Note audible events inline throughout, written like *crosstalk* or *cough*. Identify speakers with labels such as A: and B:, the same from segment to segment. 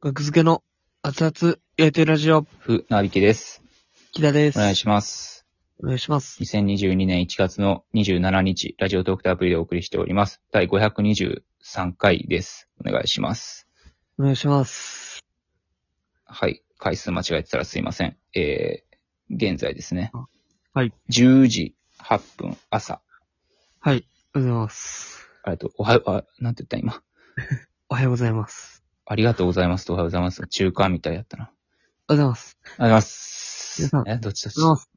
A: 学付けの熱々焼いてるラジオ、
B: ふ、なびきです。
A: 木田です。
B: お願いします。
A: お願いします。
B: 2022年1月の27日、ラジオトークターアプリでお送りしております。第523回です。お願いします。
A: お願いします。
B: はい。回数間違えてたらすいません。えー、現在ですね。
A: はい。
B: 10時8分、朝。
A: はい。おはようございます。
B: ありがとう。おはよう、あ、なんて言った今。
A: おはようございます。
B: ありがとうございますとおはようございます。中間みたいやったな。
A: おはようございます。
B: ありがとうございます。
A: 皆さん
B: え、どっちどっち
A: おはようございます。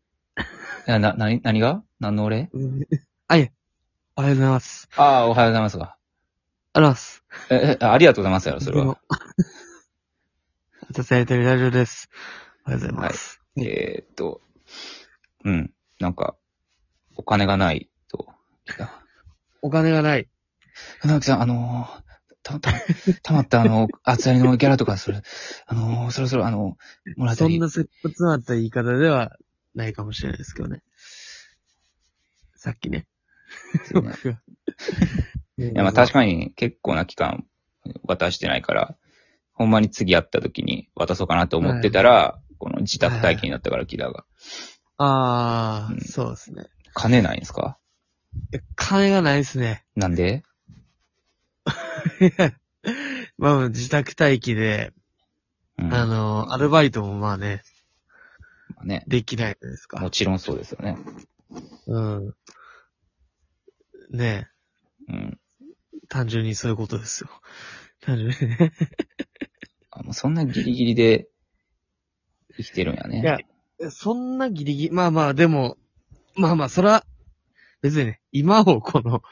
B: えな、な、に何が何のお礼
A: *laughs* あ、いえ。おはようございます。
B: ああ、おはようございますが。
A: ありがとうございます。
B: え、えありがとうございますやろ、それは。。
A: *laughs* 熱々焼いてるラジオです。おはようございます。
B: えーっと、うん、なんか、お金がないと。
A: お金がない。
B: 船木さん、あのーた、た、たまったあ *laughs* の、厚やりのギャラとか、それ、あのーそろそろあの、もらえた
A: そ
B: り
A: んな、切羽詰まった言い方ではないかもしれないですけどね。さっきね。
B: そうね
A: 僕が。
B: いや、まあ確かに結構な期間渡してないから、ほんまに次会った時に渡そうかなと思ってたら、この自宅待機になったから、木田が。
A: ああ、
B: うん
A: そうですね。
B: 金ないんですか
A: いや金がないですね。
B: なんで
A: まあ、自宅待機で、
B: うん。
A: あ
B: ま
A: の、アルバイトもまあね、
B: あね。
A: できないじゃないです
B: も
A: か。
B: ちろんそうですよね。
A: うん。ね
B: うん。
A: え、単純にそういうことですよ。単純に
B: *laughs*
A: ね。
B: あもうそんなギリギリで生きてるんやね。
A: いやそんなギリギリ、まあまあ、でも、まあまあ、そら、別にね、今をこの、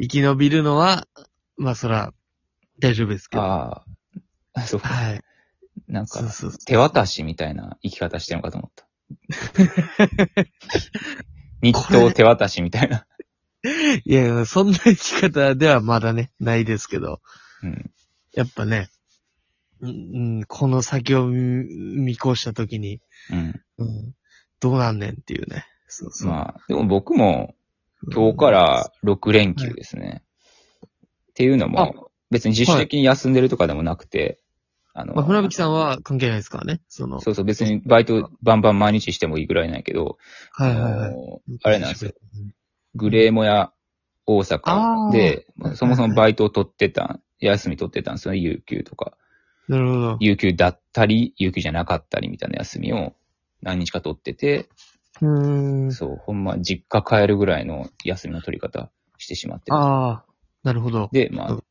A: 生き延びるのは、まあそら、大丈夫ですけど。
B: ああ、そうか。
A: はい。
B: なん
A: そう
B: か、
A: そうそ
B: 手渡しみたいな生き方してるのかと思った。 *laughs* 日当手渡しみたいな。
A: う。いやいや、そんな生き方ではまだね、ないですけど。
B: うん。
A: やっぱね、うんうん、この先を見見越したときに、
B: うん。
A: うん、どうなんねんっていうね。そうそう。
B: まあ、でも僕も今日から6連休ですね。っていうのも、別に自主的に休んでるとかでもなくて、あ
A: う
B: の
A: ん。まあ、船引さんは関係ないですからね。その、
B: そうそう、別にバイトバンバン毎日してもいいぐらいなんやけど、
A: はいはいは
B: あ
A: い。
B: のあれなんですよ。グレーモや大阪で、
A: あー
B: そもそもバイトを取ってた、休み取ってたんですよね、有給とか。
A: なるほど。
B: 有給だったり、有給じゃなかったりみたいな休みを何日か取ってて、
A: うーん。
B: そう、ほんま実家帰るぐらいの休みの取り方してしまってて
A: ああ、なるほど。
B: で、ま
A: う
B: あ
A: ん、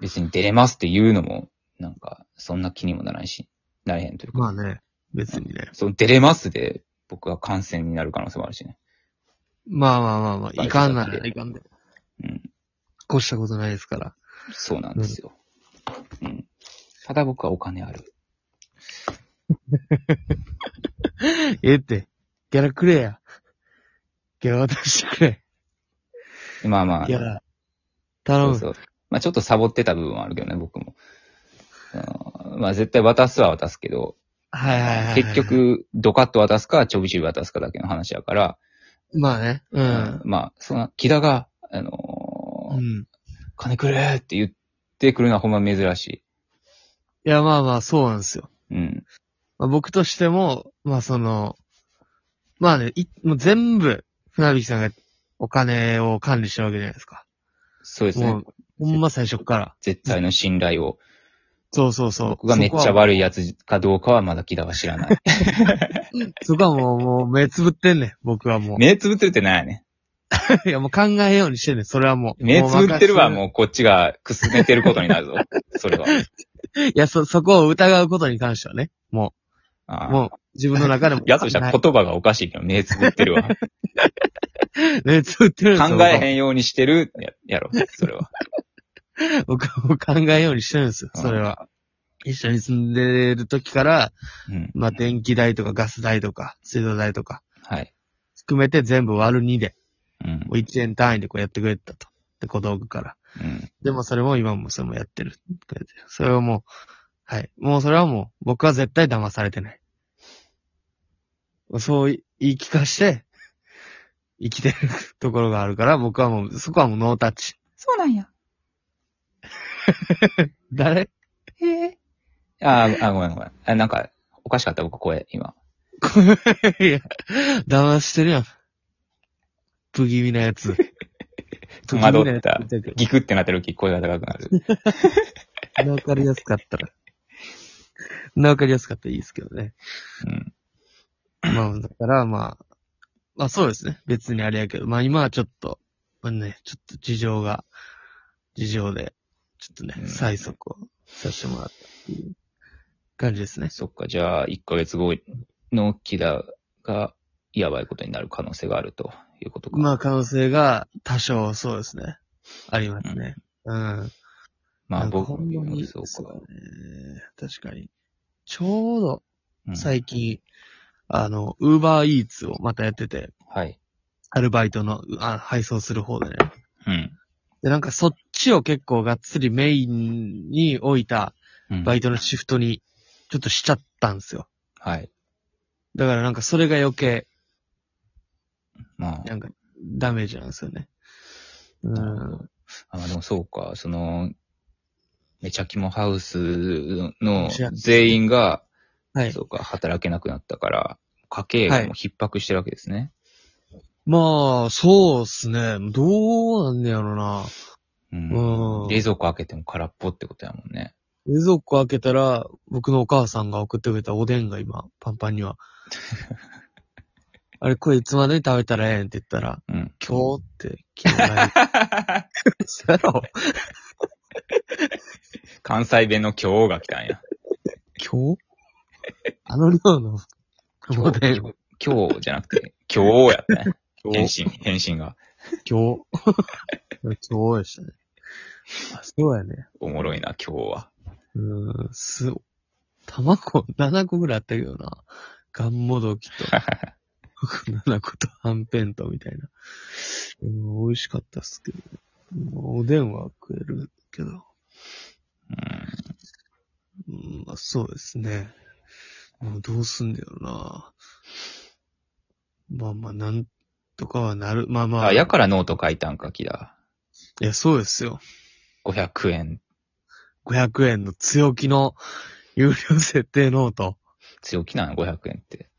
B: 別に出れますって言うのも、なんか、そんな気にもならんし、なれへんというか、
A: まあね、別にね。
B: その出れますで、僕は感染になる可能性もあるしね。
A: まあまあまあまあ、いかんならいかんで。
B: うん。
A: 越したことないですから。
B: そうなんですよ。うん。ただ僕はお金ある。
A: ええって、ギャラくれや。ギャラ渡してくれ。
B: まあまあ、
A: ギャラ。頼
B: そ
A: む。
B: うそう。まあちょっとサボってた部分はあるけどね、僕も。うんまあ絶対渡すは渡すけど、
A: はいはいはいはい。
B: 結、局、ドカッと渡すか、ちょびちょび渡すかだけの話やから、
A: まあね、う
B: うん
A: ん。
B: まあ、その、木田が、あのー
A: うん。
B: 金くれって言ってくるのはほんま珍し
A: いや、まあまあ、そうなんですよ。
B: い。うん。
A: まあ、僕としても、まあその、まあね、いもう全部、船引さんがお金を管理してるわけじゃないですか。
B: そうです
A: も
B: ね
A: う。、ほんま最初から。
B: 絶対の信頼を。
A: そうそうそう。
B: 僕がめっちゃ
A: 悪
B: 悪いやつかどうかはまだ木田は知らない。
A: い。そこはもう、もう目つぶってんねん、僕はもう。
B: 目つぶってるってなんやね
A: *laughs* いや、もう考えようにしてんねん、それはもう。
B: ん。目つぶってるは
A: う
B: もうこっちがくすねてることに
A: *laughs*
B: なるぞ。それは。
A: 任せる。いや、そ、そこを疑うことに関してはね、もう、
B: ああ。
A: もう、自分の中でも
B: *laughs* やつとしては言葉がおかしいけど、目つぶってるわ。
A: *laughs* 目つぶってるんですよ
B: 考えへんようにしてるややろ、それは。
A: 僕はもう考えようにしてるんですよ、それは。一緒に住んでる時から、
B: うん。
A: まあ、電気代とかガス代とか、水道代とか、
B: はい。
A: 含めて全部割る2で、
B: うん
A: も。う1円単位でこうやってくれてたと。で、小道具から。
B: うん。
A: でもそれも今もそれもやってる。それはもう、はい。もうそれはもう、僕は絶対騙されてない。そう言い聞かして、生きてるところがあるから、僕はもう、そこはもうノータッチ。
B: そうなんや。
A: *laughs* 誰
B: へえ。あーあ、ごめんごめん。あなんか、おかしかった、僕、声、今。
A: いや、騙してるやん。不気味なや
B: *laughs*
A: つ。
B: 戸
A: 不気味
B: 惑った
A: なやつ言ってるけ
B: ギクってなった時、声が高くなる。
A: ど。わかりやすかったら。わかりやすかったらいいですけど
B: *coughs*
A: ね。
B: うん。
A: まあ、だから、まあ、まあそうですね。別にあれやけど、まあ今はちょっと、まあね、ちょっと事情が、事情で、ちょっとね、
B: うん
A: 催促をさせてもらったっていう感じですね。
B: そっか、じゃあ、1ヶ月後の木田が、やばいことになる可能性があるということか。
A: まあ可能性が多少そうですね。ありますね。うん。
B: ま
A: な
B: あ、
A: んか
B: 僕
A: ほんま
B: も
A: に
B: そうか。
A: ね。確かに。ちょうど
B: うん
A: 最近、あの、ウーバーイーツをまたやってて、
B: はい。
A: アルバイトのあ配送する方でね。
B: うん。
A: で、なんかそっちを結構がっつりメインに置いた
B: うん
A: バイトのシフトにちょっとしちゃったんですよ。
B: はい。
A: だからなんかそれが余計、
B: まあ
A: なんかダメージなんですよね。う
B: なるほ
A: ん。
B: あ、でもそうか、その、めちゃきもハウスの
A: 知らん
B: 全員が、
A: はい。
B: そうか、働けなくなったから、家計がもう逼迫してるわけですね。
A: まあ、そうっすね。どうなんねやろな。
B: うん
A: うん
B: 冷蔵庫開けても空っぽってことやもんね。
A: 冷蔵庫開けたら、僕のお母さんが送ってくれたおでんが今、パンパンには。あれ、これいつまでに食べたらええんって言ったら、
B: うん。
A: 今日って、昨日ない。そうやろ
B: 関西弁の今日が来たんや。
A: 今日あの量のおでんを。
B: 今日じゃなくて、今日やったね。
A: 今
B: 返
A: 日。
B: 信、返信が。
A: 今日。今日でしたね。あそうやね。
B: おもろいな、今日は。
A: うーん、す、卵7個ぐらいあったけどな。ガンモドキと、7個とはんぺんとみたいな。うん美味しかったっすけどね。もうおでんは食えるけど。
B: うん。
A: うん、まあそうですね。もうどうすんだよな。まあまあ、なんとかはなる。まあまあ。
B: あ、やからノート書いたんか、木だ。
A: いや、そうですよ。
B: 500円、
A: 500円の強気の有料設定ノート。
B: 強気なの、500円って。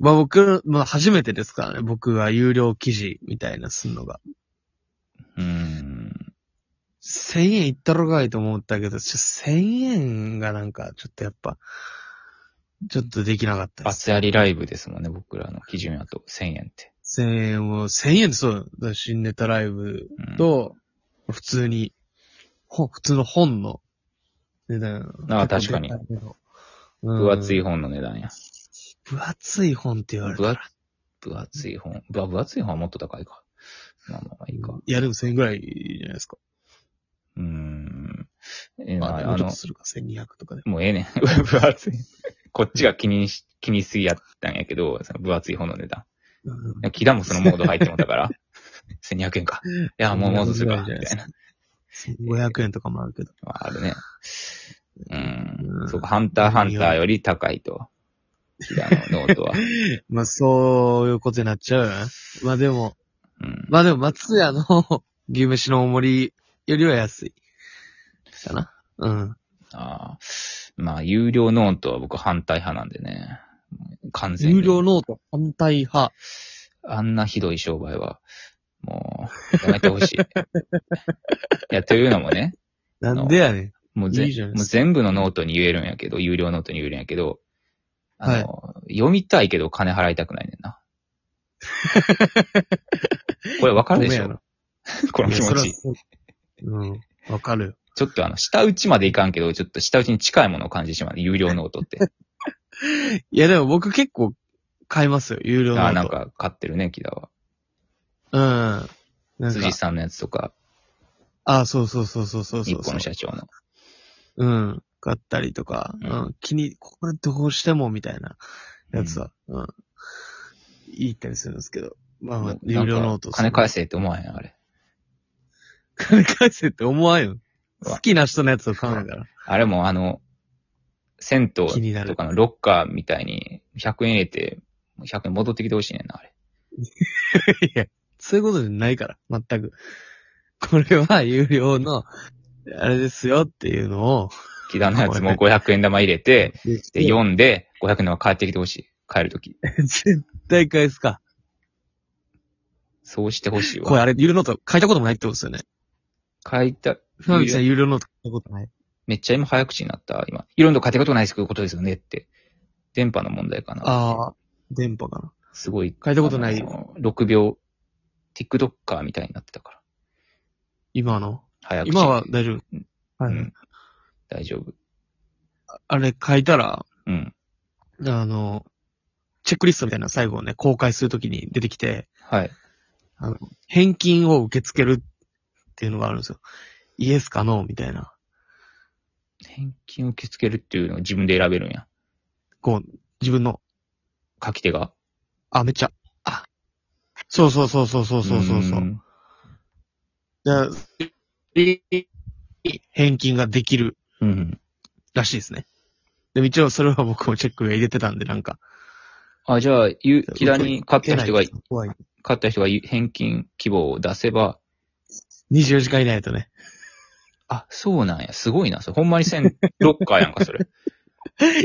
A: まあ僕、まあ初めてですからね。僕が有料記事みたいなすんのが。
B: うん。
A: 1000円いったろかいと思ったけど、ちょ1000円がなんか、ちょっとやっぱ、ちょっとできなかったです。
B: 罰やりライブですもんね、僕らの基準やと。1000円って。
A: 1000円を、1000円でそうだ、新ネタライブ
B: うん、
A: と、普通に、ほ普通の本の値段。
B: ああ確かに
A: 結構でかいけど。
B: 分厚い
A: 本。
B: 本の値段や。
A: 分厚い本って言われた
B: 分
A: ら
B: 厚分厚い本。ぶ分厚い本はもっと高いか。まあまあまあいいか。
A: いや、でも1000円ぐらいじゃないですか。
B: うーん。えー
A: ま
B: ま
A: あ、
B: あ、
A: も
B: あ
A: うちょっ
B: の
A: と、するか、1200とかで。
B: もうええねん。 *laughs* 分厚い。こっちが気にし、気にしすぎやったんやけど、その分厚い本の値段。
A: うん
B: でも木田もそのモード入ってもだから、1200円か。いや、もうもうそうするか、みたいな。
A: 500円とかもあるけど。
B: まあ、あるね。う。
A: うんん
B: そうか、ハンターハンターより高いと。木田のノートは。
A: まあ、そういうことになっちゃうよね。まあでも、
B: うん。
A: まあでも、松屋の *laughs* 牛飯の大盛りよりは安い。かな。うん。
B: ああ。まあ、有料ノートは僕反対派なんでね。完全に。
A: 有料ノート反対派。
B: あんなひどい商売は、もう、やめてほしい。いや、というのもね、
A: なんでやねん。
B: もうぜ
A: いいじゃない
B: も
A: で
B: う
A: すか
B: 全部のノートに言えるんやけど、有料ノートに言えるんやけど、あの、読みたいけど金払いたくないねん
A: *laughs*
B: な。これわかるで
A: ご
B: し
A: めんや
B: ょ *laughs* この気
A: いや
B: 持
A: それ
B: ち
A: は。そううん。わかるよ。
B: ちょっとあの、下打ちまでいかんけど、ちょっと下打ちに近いものを感じてしまう。有料ノートって。
A: いやでも僕結構買いますよ、 *laughs* 有料ノー
B: あ
A: ト。
B: あ、なんか買ってるね、木田は。
A: うん。なんか
B: 辻、さんのやつとか、
A: あそうそうそうそうそう
B: 日
A: そう
B: 本の社長の。
A: うん。買ったりとか、
B: う
A: うんん。気に、これどうしてもみたいなやつは、うん。いいったりするんですけど。まあまあ、有料ノート。
B: なんか金返せって思わへん、あれ。
A: 金返せって思わんよ。
B: うわ
A: 好きな人のやつを買うんやから。
B: あれもあの、銭
A: 気にな
B: 湯と
A: る
B: かのロッカーみたいに、100円入れて、100円戻ってきてほしいねんな、あれ。
A: いや、そういうことじゃないから、全く。これは有料の、あれですよっていうのを、
B: 木田のやつも500円玉入れて、で、
A: 4
B: 読んで、500円玉返ってきてほしい。帰るとき。
A: 絶対返すか。
B: そうしてほしい
A: これ
B: わ。
A: あれ、ユーロノート書いたこともないってことですよね。
B: 書いた、
A: ふまみちさんユーロノート書いたことない。
B: めっちゃ今早口になった、今。いろんな書いたことないですけどことですよねって。電波の問題かな。
A: ああ、電波かな。
B: すごい。
A: 書いたことない
B: あの。6秒、TikToker みたいになってたから。
A: 今の。
B: 早口。
A: 今は大丈夫。は
B: う
A: い。
B: ん。大丈夫。
A: あれ書いたら、
B: うん。
A: あの、チェックリストみたいな最後をね、公開するときに出てきて、
B: はい。
A: 返金を受け付けるっていうのがあるんですよ。イエスかノーみたいな。
B: 返金を受け付けるっていうのを自分で選べるんや。
A: こう、自分の、
B: 書き手が。
A: あ、めっちゃ、あ。そうそうそうそうそうそうそうそう。
B: ん
A: で返金ができる
B: うん。
A: らしいですね。でも一応それは僕もチェックが入れてたんで、なんか。
B: あ、じゃあ、ゆ、木田に買った人が、
A: 怖い。
B: 買った人が返金希望を出せば、
A: 24時間以内だとね。 *laughs*
B: あ、そうなんや。すごいな。それほんまに *laughs* 銭、ロッカーやんか、それ。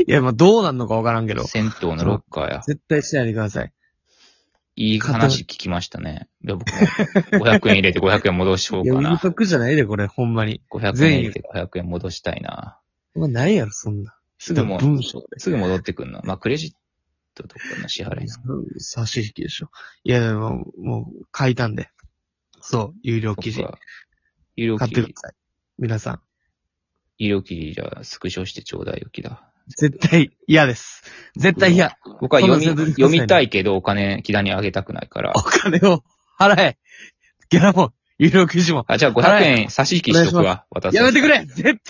A: いや、まあどうなんのかわからんけど。
B: 銭湯のロッカーや。
A: 絶対しないでください。
B: いい話聞きましたね。いや、僕も500円入れて500円戻しよ
A: いうや、
B: か
A: 売
B: な
A: り。得じゃないで、これ、ほんまに。
B: 500円入れて500円戻したいな。
A: まあ、ないやろ、そんな。
B: すぐも、
A: 文章
B: すぐ戻ってくんの。まあ、クレジットとかの支払いな。
A: 差し引きでしょ。いや、でも、もう、書いたんで。そう、有料記事。
B: 僕は有料
A: 買っ
B: 記
A: てくだ
B: 事、
A: さい。皆さん。
B: 有料記事じゃあスクショしてちょうだいよ、木田。
A: 絶対嫌です。絶対嫌。
B: 僕は読み、
A: そんな全然
B: 読みた
A: い。
B: いけどお金木田にあげたくないから
A: お。金を払え。ギャラも、有料記事も。
B: あ、じゃあ500円差し引きしとくわ、私。
A: やめてくれ絶対